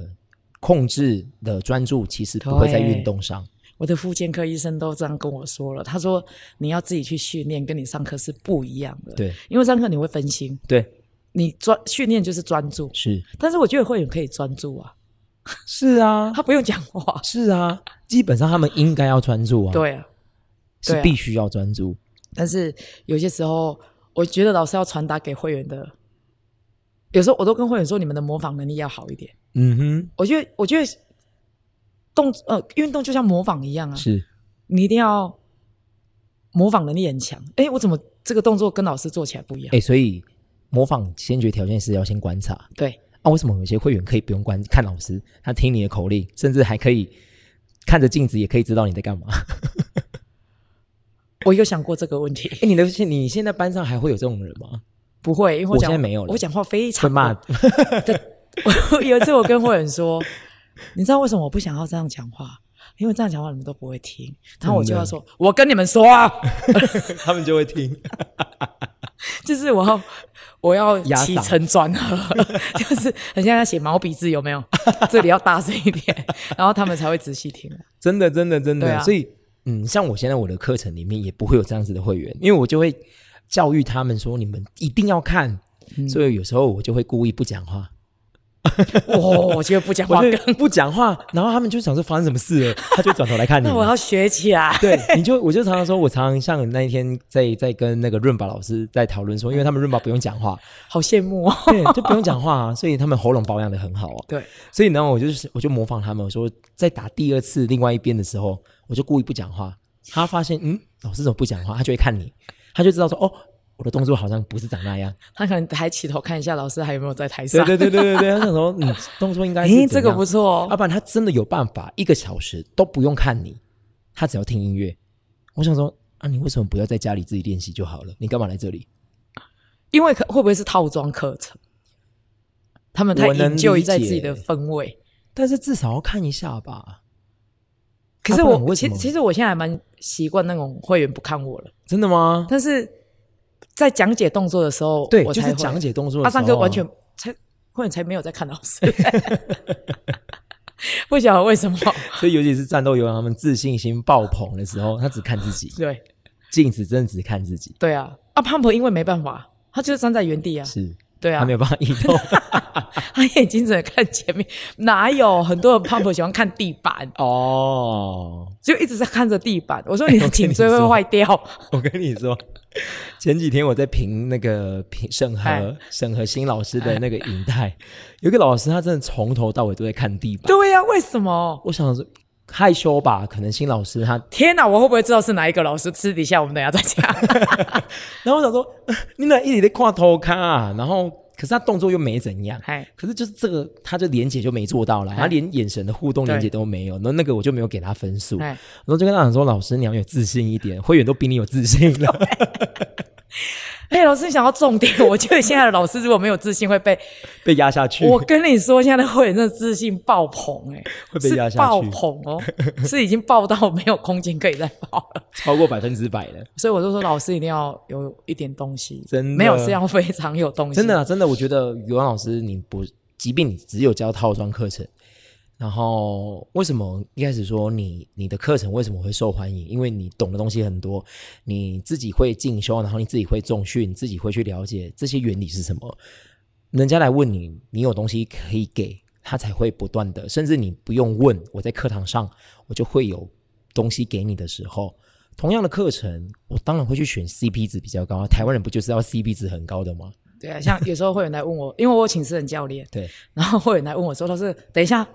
控制的专注其实不会在运动上。我的复健科医生都这样跟我说了，他说你要自己去训练，跟你上课是不一样的。，对，因为上课你会分心，对，你专训练就是专注，是，但是我觉得会员可以专注啊，是啊，他不用讲话。是啊，基本上他们应该要专注啊，，对啊，对是啊必须要专注。但是有些时候，我觉得老师要传达给会员的，有时候我都跟会员说，你们的模仿能力要好一点。嗯哼，我觉得，我觉得动呃运动就像模仿一样啊，是，你一定要模仿能力很强。哎，我怎么这个动作跟老师做起来不一样？哎、所以模仿先决条件是要先观察。对，啊，为什么有些会员可以不用观看老师，他听你的口令，甚至还可以看着镜子也可以知道你在干嘛？我有想过这个问题，哎，你的你现在班上还会有这种人吗？不会，因为我讲现在没有了我讲话非会常骂慢。我 有一次我跟会员说，你知道为什么我不想要这样讲话？因为这样讲话你们都不会听，然后我就要嗯说，我跟你们说啊， 他们就会听。就是我要我要压起嗓承转合， 就是很像在写毛笔字，有没有？ 这里要大声一点，然后他们才会仔细听。 真的，真的，真的。对啊所以，嗯，像我现在我的课程里面也不会有这样子的会员，因为我就会教育他们说，你们一定要看。所以有时候我就会故意不讲话，哇、哦，我觉得不讲话我嗯更就不讲话，然后他们就想说发生什么事了，他就转头来 看你那们。我要学起来。 对，你就我就常常说，我常常像那一天在在跟那个润宝老师在讨论说，因为他们润宝不用讲话，好羡慕哦。对，就不用讲话啊，所以他们喉咙保养的很好啊。对，所以呢，我就是我就模仿他们，我说在打第二次另外一边的时候，我就故意不讲话。他发现嗯，老师怎么不讲话，他就会看你，他就知道说哦，我的动作好像不是长那样。他可能还起头看一下老师还有没有在台对上。对对对对对，他想说嗯，动作应该是诶，这怎个样不错要哦。不然他真的有办法一个小时都不用看你，他只要听音乐。我想说啊，你为什么不要在家里自己练习就好了？你干嘛来这里？因为可会不会是套装课程？他们太我能营理救在自己解啊的氛围。但是至少要看一下吧。可是啊不然我为其什么其实我现在还蛮习惯那种会员不看我了，真的吗？但是在讲解动作的时候，对，我就是才讲解。解动作他的时候啊。上课完全才会员才没有在看老师， 不晓得为什么。 所以尤其是战斗游泳，他们自信心爆棚的时候，他只看自己，对镜子真的只看自己，对啊，啊胖 u 因为没办法，他就是站在原地啊，是对啊他没，有办法移动。他眼睛只能看前面，哪有很多人 p u m 喜欢看地板， 哦，就一直在看着地板。我说你 我的跟颈你椎会说坏掉， 我跟你说，前几天我在评那个评审核哎审核新老师的那个影带， 有一个老师他真的从头到尾都在看地板，对呀、为什么？我想说害羞吧，可能新老师他，天哪，我会不会知道是哪一个老师？私底下我们等一下 再讲。然后我想说 呃你哪一直在跨头看啊，然后可是他动作又没怎样，哎，可是就是这个，他就连结就没做到了，他连眼神的互动连结都没有，然后那个我就没有给他分数，哎然后就跟他讲说，老师你要有自信一点，会员都比你有自信了，哎，老师，你想要重点？ 我觉得现在的老师如果没有自信，会 被被压下去。我跟你说，现在的会员真的自信爆棚、哎，会被压下去是爆棚哦， 是已经爆到没有空间可以再爆了。超过百分之百了，所以我就说，老师一定要有一点东西， 真的没有是要非常有东西，真的啊真的，我觉得语文老师你不，即便你只有教套装课程，然后为什么一开始说你你的课程为什么会受欢迎？因为你懂的东西很多，你自己会进修，然后你自己会重训，你自己会去了解这些原理是什么。人家来问你，你有东西可以给他，才会不断的，甚至你不用问，我在课堂上我就会有东西给你的时候，同样的课程，我当然会去选 CP 值比较高啊。台湾人不就是要 CP 值很高的吗？对啊，像有时候会有人来问我，因为我有请私人教练，对，然后会有人来问我说：“老师，等一下，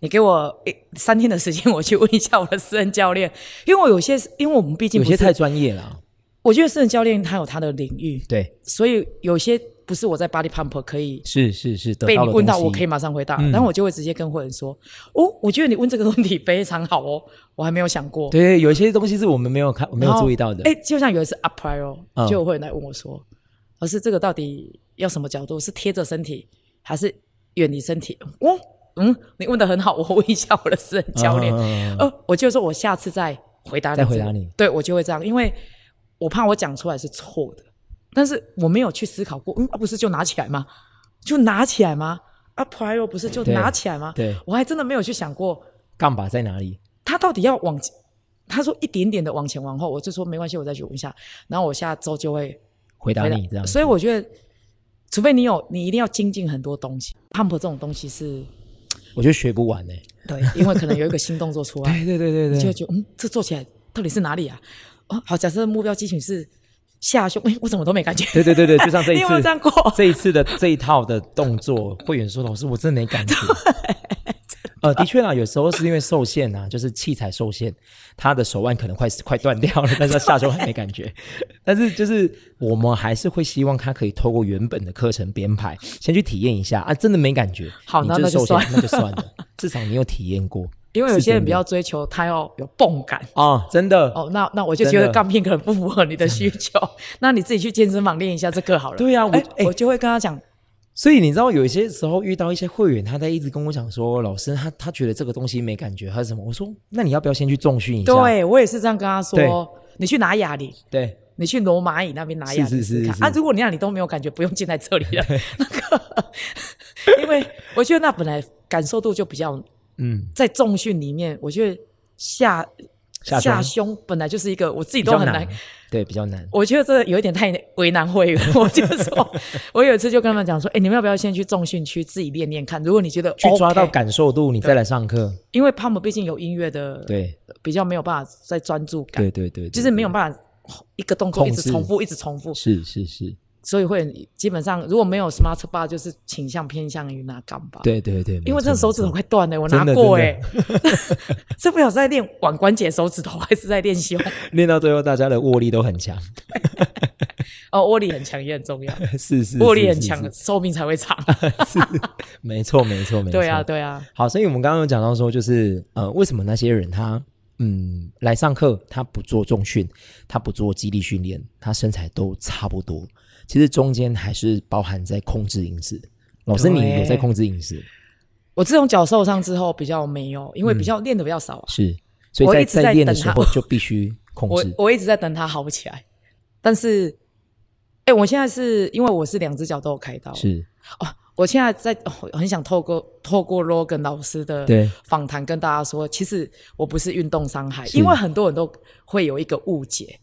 你给我一三天的时间，我去问一下我的私人教练，因为我有些，因为我们毕竟有不些是太专业了。我觉得私人教练他有他的领域，对，所以有些不是我在 Body Pump 可以是是是，得被到你的问到，东西我可以马上回答，嗯然后我就会直接跟会员说：哦，我觉得你问这个问题非常好哦，我还没有想过，对，有一些东西是我们没有看、 没有然后注意到的。哎，就像有一次 Up p r i o 嗯就有会员来问我说：“老师，这个到底要什么角度？是贴着身体还是远离身体？”哦，嗯，你问的很好，我问一下我的私人教练。嗯嗯嗯嗯呃，我就说我下次再回答你、再回答你，对我就会这样，因为我怕我讲出来是错的，但是我没有去思考过，嗯，啊、不是就拿起来吗？就拿起来吗？Up p r i o 不是就对拿起来吗？ 对，我还真的没有去想过。杠把在哪里？他到底要往前，他说一点点的往前往后，我就说没关系，我再去闻一下。然后我下周就会回答回来你这样。所以我觉得，除非你有，你一定要精进很多东西。pump 这种东西是我觉得学不完呢、对，因为可能有一个新动作出来，哎对对 对你就会觉得嗯，这做起来到底是哪里啊？哦，好，假设目标肌群是下胸，哎，我怎么都没感觉。对对对对，就像这 一你有没有次这，样过？这一次的这一套的动作，会员说：“老师，我真的没感觉。” 呃，的确啦，有时候是因为受限啊，就是器材受限，他的手腕可能快快断掉了， 但是他下周还没感 觉。但是就是我们还是会希望他可以透过原本的课程编排，先去体验一下啊，真的没感觉，好你那就是那就受限算，那就算了，至少你有体验过 因为有是些真人的比较追求他要有泵感。啊、真的哦，那那我就觉真的得杠片可能不符合你的需求，那你自己去健身房练一下这个好了。对呀我哎哎我就会跟他讲，所以你知道，有一些时候遇到一些会员，他在一直跟我讲说，老师他他觉得这个东西没感觉，他是什么？我说，那你要不要先去重训一下？对我也是这样跟他对说，你去拿哑铃，对你去罗马椅那边拿哑铃是是试试是看是啊！如果你让你都没有感觉，不用进来这里 了。那个，因为我觉得那本来感受度就比较嗯，在重训里面，我觉得下下胸胸本来就是一个我自己比都较很难难。，对，比较难。我觉得这有一点太为难会员， 我就说，我有一次就跟他们讲说，哎、你们要不要先去重训区自己练练看？如果你觉得去抓 OK，到感受度，你再来上课。因为他们毕竟有音乐的，，对比较没有办法再专注感，对对对，就是没有办办法一个动作一控直制重复，一直重复法。，是是是，所以会基本上如果没有 smart bar，就是倾向偏向于拿杠吧。，对对对，因为这个手指头快断了，我真拿的过哎、真欸， 这不晓得是在练腕关节手指头，还是在练胸？ 练到最后，大家的握力都很强。 哦，握力很强也很重要，是是，握力是很是强是，寿命才会长。 是，没错没错没错。对啊，对啊，好，所以我们刚刚有讲到说，就是呃，为什么那些人他嗯来上课，他不做重训，他不做肌力训练，他身材都差不多。其实中间还是包含在控制饮食。老师，你有在对控制饮食？我自从脚受伤之后比较没有，嗯因为比较练的比较少啊。是，所以我在一直在练的等时他候就必须控我制。我一直在等它好起来，但是，哎、我现在是因为我是两只脚都有开刀，是，哦，我现在在、哦很想透过透过 Logan 老师的对访谈跟大家说，其实我不是运动伤害，是因为很多人都会有一个误解，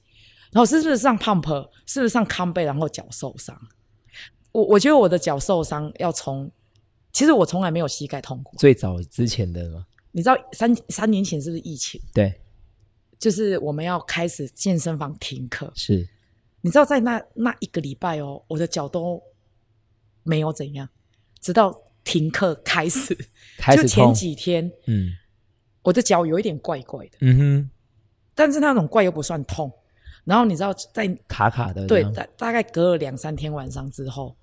然后是不是上 pump，是不是上康贝，然后脚受伤？我我觉得我的脚受伤要从，其实我从来没有膝盖痛过。最早之前的嘛，你知道三三年前是不是疫情？对，就是我们要开始健身房停课，是你知道在那那一个礼拜哦，我的脚都没有怎样，直到停课开始，开就始前痛。几天嗯我的脚有一点怪怪的，嗯哼，但是那种怪又不算痛。然后你知道在卡卡的这对样，大大概隔了两三天晚上之后，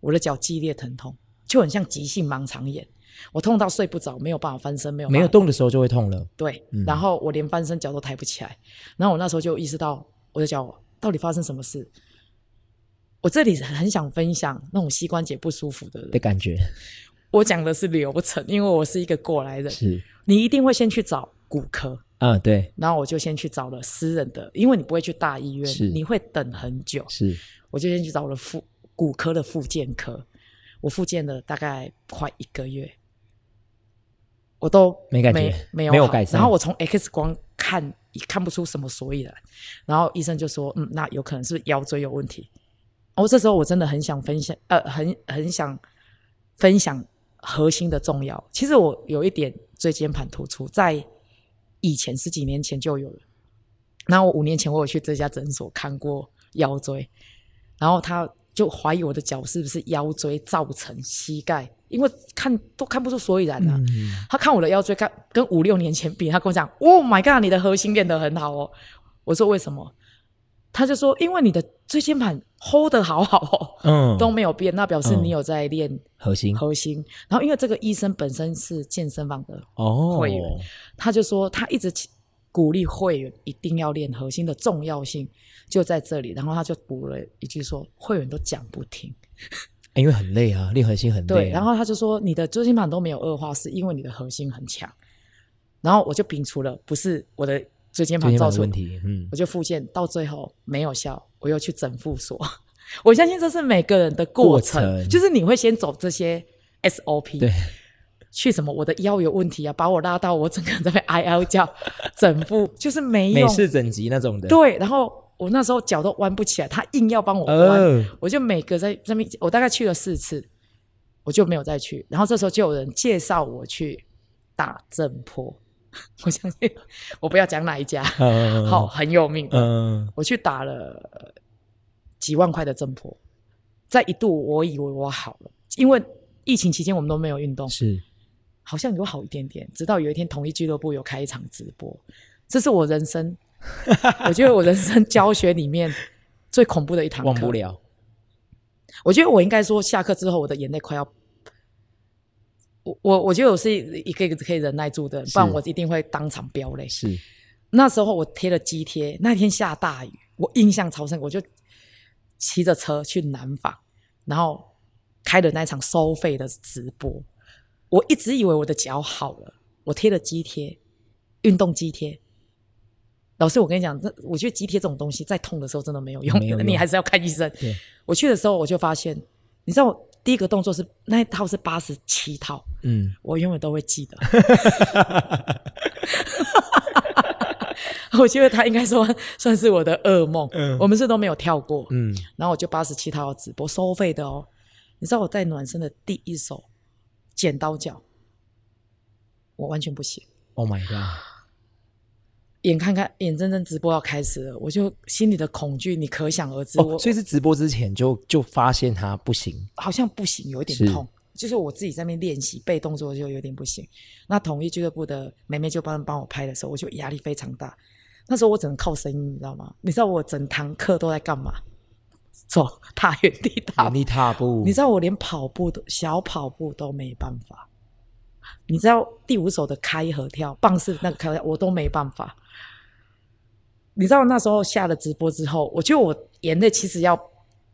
我的脚激烈疼痛，就很像急性盲肠炎，我痛到睡不着，没有办法翻身，没有没有动动的时候就会痛了。对，嗯然后我连翻身脚都抬不起来。然后我那时候就意识到我的脚到底发生什么事。我这里很想分享那种膝关节不舒服的人的感觉我讲的是流程，因为我是一个过来人，是，你一定会先去找骨科，嗯，对，然后我就先去找了私人的，因为你不会去大医院是，你会等很久，是我就先去找了妇骨科的复健科，我复健了大概快一个月，我都没感觉没没有有好改善然后我从 X 光看也看不出什么所以然，然后医生就说，嗯，那有可能是腰椎有问题。哦，这时候我真的很想分享，呃，很很想分享核心的重要。其实我有一点椎间盘突出，在以前十几年前就有了。然后我五年前我有去这家诊所看过腰椎，然后他就怀疑我的脚是不是腰椎造成膝盖，因为看都看不出所以然啊。嗯，他看我的腰椎，看跟五六年前比，他跟我讲：“Oh my god，你的核心练得很好哦。”我说：“为什么？”他就说：“因为你的椎间盘 hold 得好好哦，嗯都没有变，那表示嗯你有在练核心核心。”然后因为这个医生本身是健身房的，哦，会员他就说他一直起鼓励会员一定要练核心的重要性就在这里。然后他就补了一句说：“会员都讲不听。”哎因为很累啊，练核心很累啊、对，然后他就说你的椎间盘都没有恶化，是因为你的核心很强。然后我就摒除了，不是我的椎最间盘近造的成问，题，嗯我就复健，到最后没有效，我又去整复所。 我相信这是每个人的过程，过程就是你会先走这些 SOP，对，去什么我的腰有问题啊，把我拉到我整个人在被哀哀叫，整复就是没美用，式整集那种的，对，然后我那时候脚都弯不起来，他硬要帮我弯，呃，我就每个在这边，我大概去了四次，我就没有再去。然后这时候就有人介绍我去打正坡， 我相信我不要讲哪一家，嗯好、，很有名的。嗯我去打了呃几万块的正坡，在一度我以为我好了，因为疫情期间我们都没有运动，是，好像有好一点点。直到有一天，同一俱乐部有开一场直播，这是我人生，我觉得我人生教学里面最恐怖的一堂课，忘不了，我觉得我应该说，下课之后我的眼泪快要，我我我觉得我是一个可以忍耐住的人，是不然我一定会当场飙泪。是那时候我贴了肌贴，那天下大雨，我印象超深，我就骑着车去南纺，然后开了那一场收费的直播。我一直以为我的脚好了，我贴了肌贴，运动肌贴。老师，我跟你讲，这我觉得肌贴这种东西在痛的时候真的没有用，没有用你还是要看医生对。我去的时候我就发现，你知道我第一个动作是那一套是八十七套，嗯，我永远都会记得。 我觉得他应该说算是我的噩梦。嗯我们是都没有跳过。嗯，然后我就八十七套直播收费的哦。你知道我在暖身的第一首剪刀脚，我完全不行。 Oh my god！眼看看眼睁睁直播要开始了，我就心里的恐惧，你可想而知。我哦，所以是直播之前就就发现他不行，好像不行，有一点是痛。就是我自己在那边练习背动作就有点不行。那统一俱乐部的妹妹就帮帮我拍的时候，我就压力非常大。那时候我只能靠声音，你知道吗？你知道我整堂课都在干嘛？走， 踏原地踏原地踏步，你知道我连跑步都小跑步都没办法，你知道第五手的开合跳、棒式那个开合跳我都没办法。你知道那时候下了直播之后，我觉得我眼泪其实要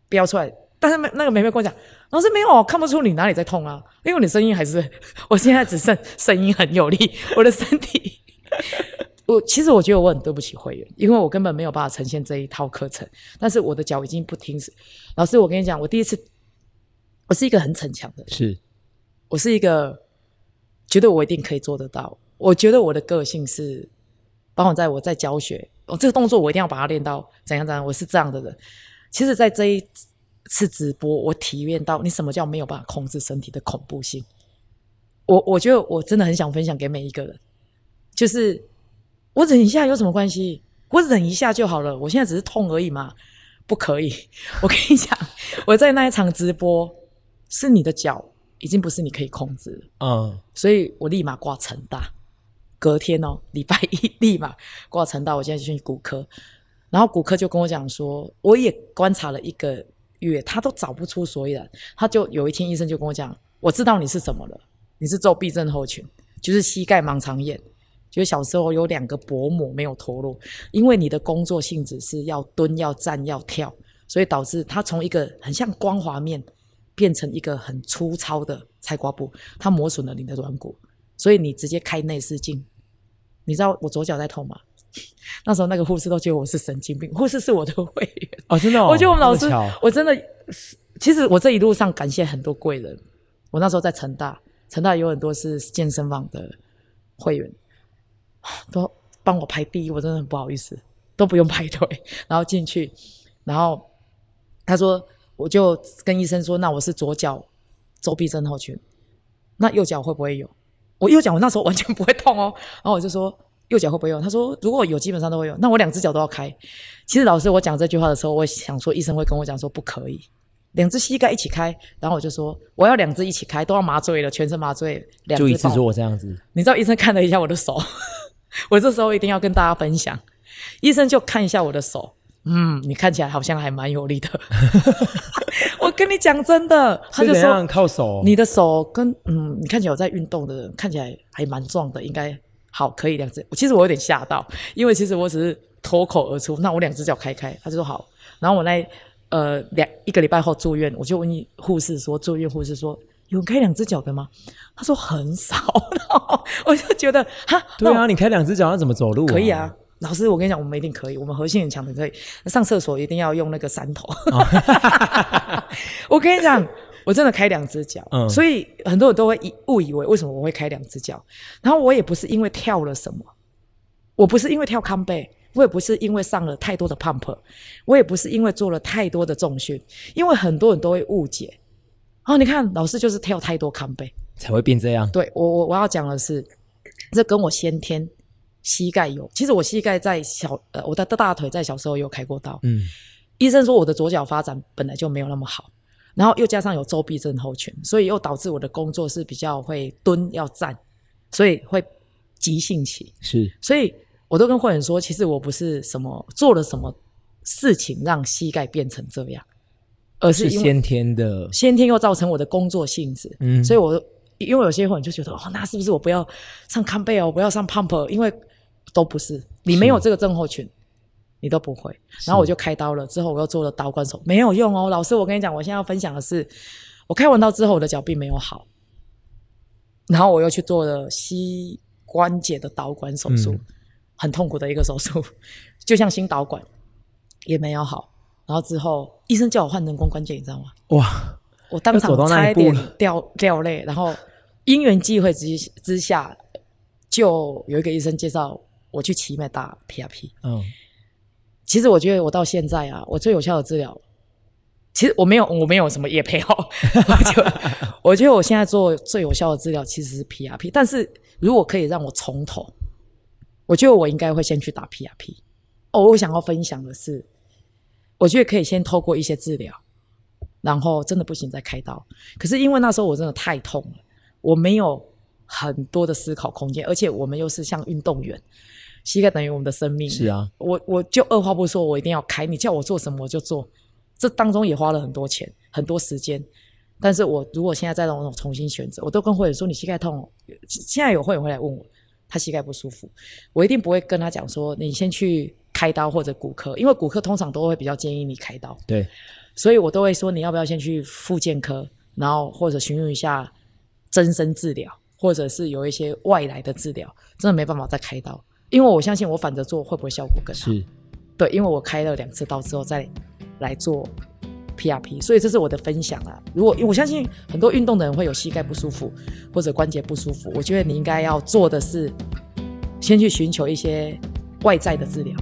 飙出来，但是那那个妹妹跟我讲，老师没有，哦看不出你哪里在痛啊，因为你声音还是，我现在只剩声音很有力，我的身体。我其实我觉得我很对不起会员，因为我根本没有办法呈现这一套课程，但是我的脚已经不听使。老师，我跟你讲，我第一次，我是一个很逞强的人，是我是一个觉得我一定可以做得到。我觉得我的个性是，包括在我在教学，我、这个动作我一定要把它练到怎样怎样，我是这样的人。其实，在这一次直播，我体验到你什么叫没有办法控制身体的恐怖性。我我觉得我真的很想分享给每一个人，就是我忍一下有什么关系？我忍一下就好了，我现在只是痛而已嘛，不可以。我跟你讲，我在那一场直播，是你的脚已经不是你可以控制了，嗯，所以我立马挂成大。隔天哦，礼拜一 立马挂成大，我现在就去骨科，然后骨科就跟我讲说，我也观察了一个月，他都找不出所以然。他就有一天医生就跟我讲，我知道你是什么了，你是皱臂症候群，就是膝盖盲肠炎。就是小时候有两个薄膜没有脱落，因为你的工作性质是要蹲、要站、要跳，所以导致它从一个很像光滑面变成一个很粗糙的菜瓜布，它磨损了你的软骨，所以你直接开内视镜。你知道我左脚在痛吗？那时候那个护士都觉得我是神经病，护士是我的会员。哦，真的、哦，我觉得我们老师这么巧，我真的是，其实我这一路上感谢很多贵人。我那时候在成大，成大有很多是健身房的会员，都帮我排第一，我真的很不好意思，都不用排队，然后进去，然后他说，我就跟医生说，那我是左脚周臂症候群，那右脚会不会有？我右脚我那时候完全不会痛哦，然后我就说，右脚会不会用？他说如果有，基本上都会用。那我两只脚都要开。其实老师我讲这句话的时候，我想说医生会跟我讲说不可以，两只膝盖一起开。然后我就说我要两只一起开，都要麻醉了，全身麻醉，两就只一次爆做我这样子，你知道医生看了一下我的手， 我这时候一定要跟大家分享，医生就看一下我的手，嗯，你看起来好像还蛮有力的。 我跟你讲真的，他是就怎说样靠手？你的手跟嗯，你看起来有在运动的，看起来还蛮壮的，应该好可以两只。其实我有点吓到，因为其实我只是脱口而出，那我两只脚开开，他就说好。然后我那呃两一个礼拜后住院，我就问医护士说，住院护士说有人开两只脚的吗？他说很少， 然后我就觉得哈，对那我啊，你开两只脚，那怎么走路？可以啊。。老师，我跟你讲，我们一定可以，我们核心很强的，可以。上厕所一定要用那个山头。 我跟你讲，我真的开两只脚，嗯所以很多人都会以误以为为什么我会开两只脚。然后我也不是因为跳了什么，我不是因为跳康贝，我也不是因为上了太多的 pump，我也不是因为做了太多的重训，因为很多人都会误解。哦，你看，老师就是跳太多康贝，才会变这样。对我我我要讲的是，这跟我先天膝盖有，其实我膝盖在小呃我的大腿在小时候有开过刀，嗯，医生说我的左脚发展本来就没有那么好，然后又加上有周臂症候群，所以又导致我的工作是比较会蹲要站，所以会急性期，是所以我都跟会员说，其实我不是什么做了什么事情让膝盖变成这样，而是是因为先天的，先天又造成我的工作性质，嗯，所以我因为有些人就觉得哦，那是不是我不要上康贝尔，我不要上 pump，因为哦都不是，你没有这个症候群，你都不会。然后我就开刀了，之后我又做了导管手，没有用哦。老师，我跟你讲，我现在要分享的是，我开完刀之后我的脚并没有好，然后我又去做了膝关节的导管手术，嗯很痛苦的一个手术， 就像心导管也没有好。然后之后医生叫我换人工关节，你知道吗？哇，我当要走场到那差一一步点了掉掉泪，然后因缘际会之之下，就有一个医生介绍我去奇美打 PRP。嗯，其实我觉得我到现在啊，我最有效的治疗，其实我没有我没有什么也配哦，我就我觉得我现在做最有效的治疗其实是 PRP，但是如果可以让我从头，我觉得我应该会先去打 PRP。哦，我想要分享的是，我觉得可以先透过一些治疗，然后真的不行再开刀。可是因为那时候我真的太痛了，我没有很多的思考空间，而且我们又是像运动员，膝盖等于我们的生命。是啊，我我就二话不说，我一定要开。你叫我做什么我就做，这当中也花了很多钱、很多时间。但是我如果现在再让我重新选择，我都跟会员说你膝盖痛哦。现在有会员会来问我，他膝盖不舒服，我一定不会跟他讲说你先去开刀或者骨科，因为骨科通常都会比较建议你开刀。对，所以我都会说你要不要先去复健科，然后或者询问一下增生治疗，或者是有一些外来的治疗，真的没办法再开刀，因为我相信我反着做会不会效果更好？是对，因为我开了两次刀之后再来做 PRP，所以这是我的分享啊。如果因为我相信很多运动的人会有膝盖不舒服或者关节不舒服，我觉得你应该要做的是先去寻求一些外在的治疗，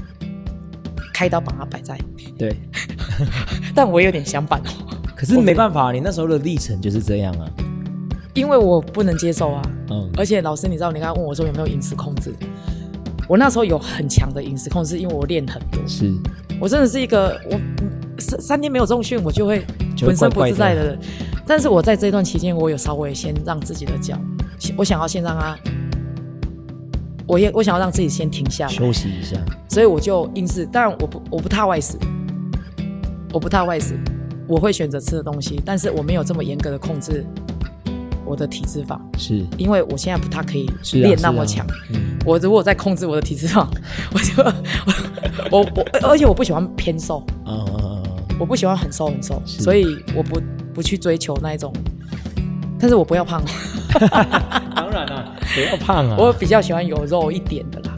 开刀把它摆在。 对。但我有点相反哦。可是没办法，你那时候的历程就是这样啊。因为我不能接受啊。嗯，而且老师，你知道你刚刚问我说有没有饮食控制？我那时候有很强的饮食控制，因为我练很多，是我真的是一个我三三天没有重训，我就会就会浑身不怪怪的自在的人。但是我在这段期间，我有稍微先让自己的脚，我想要先让它，我也我想要让自己先停下来，休息一下，所以我就硬是，但我不我不怕外食，我不怕外食，我会选择吃的东西，但是我没有这么严格的控制我的体脂肪，是因为我现在不太可以是啊练那么是啊强。嗯，我如果再控制我的体脂肪， 我就我我我，而且我不喜欢偏瘦，啊啊啊啊，我不喜欢很瘦很瘦，是所以我不不去追求那一种，但是我不要胖。啊当然啦、不要胖啊我比较喜欢有肉一点的啦，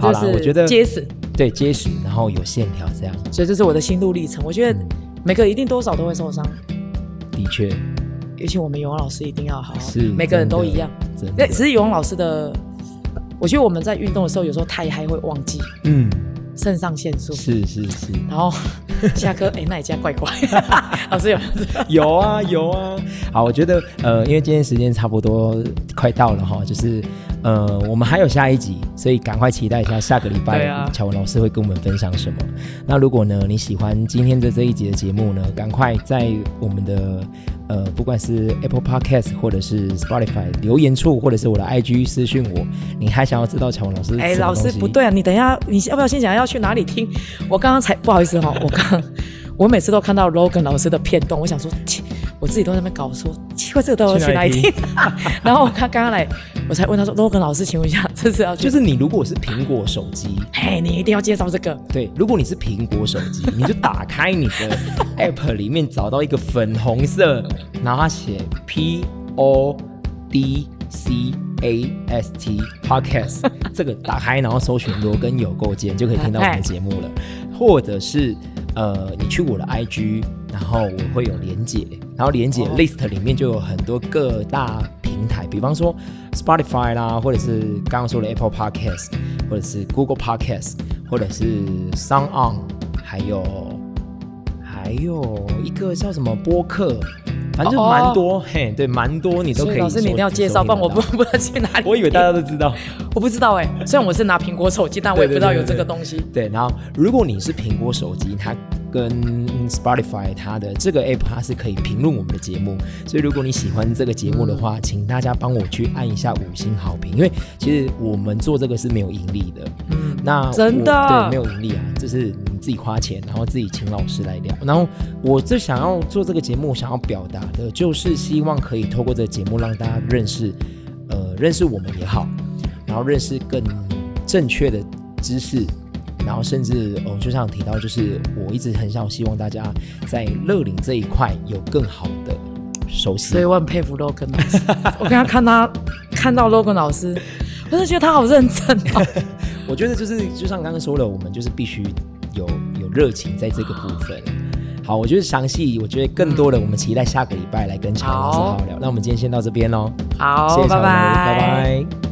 好就啦是我觉得结实，对结实，然后有线条，这样所以这是我的心路历程。我觉得嗯每个一定多少都会受伤，的确尤其我们游泳老师一定要好好，是每个人都一样。，真那 的，只是游泳老师的，我觉得我们在运动的时候，有时候太嗨会忘记嗯，肾上腺素，是是是，然后下课哎、那你家怪怪，老师有没有这样有啊有啊。好，我觉得呃，因为今天时间差不多快到了哈，就是呃，我们还有下一集，所以赶快期待一下下个礼对拜啊乔文老师会跟我们分享什么。那如果呢你喜欢今天的这一集的节目呢，赶快在我们的呃不管是 Apple Podcast 或者是 Spotify 留言处，或者是我的 IG 私讯我，你还想要知道乔文老师是哎，什么老师东西不，对啊，你等一下，你要不要先讲要去哪里听？我刚刚才不好意思哈、哦我刚 我每次都看到 Logan 老师的片段，我想说，切我自己都在那边搞说，奇怪，这个到底要去哪里听？ 然后我看刚刚来，我才问他说，Logan 老师，请问一下，这是要去 就是你如果是苹果手机，哎，你一定要介绍这个。对，如果你是苹果手机，你就打开你的 App 里面找到一个粉红色，然后它写 P O D C A S T Podcast，这个打开然后搜寻罗根有构建，就可以听到我们的节目了。或者是呃，你去我的 IG，然后我会有连结，然后连结哦 list 里面就有很多各大平台，比方说 Spotify 啦，或者是刚刚说的 Apple Podcast，或者是 Google Podcast，或者是 Sound On，还有还有一个叫什么播客，反正就哦哦蛮多嘿，对，蛮多你都所可以以收。老师，你一定要介绍，收听不然得我不到不 知道去哪里。我以为大家都知道。我不知道哎、虽然我是拿苹果手机，但我也不知道有这个东西。对，然后如果你是苹果手机，它跟 Spotify 它的这个 app 它是可以评论我们的节目，所以如果你喜欢这个节目的话，请大家帮我去按一下五星好评，因为其实我们做这个是没有盈利的。嗯，那我真的对没有盈利啊，就是你自己花钱，然后自己请老师来聊。然后我最想要做这个节目，想要表达的就是希望可以透过这个节目让大家认识，呃，认识我们也好，然后认识更正确的知识。然后甚至，哦，就像提到，就是我一直很想希望大家在乐龄这一块有更好的熟悉。所以我很佩服 Logan 老师。我刚刚看他看到 Logan 老师，我真的觉得他好认真哦。我觉得就是就像刚刚说了，我们就是必须有有热情在这个部分。好，我觉得详细，我觉得更多的，嗯我们期待下个礼拜来跟乔老师好好聊。那我们今天先到这边喽，好，谢谢乔拜老师，拜拜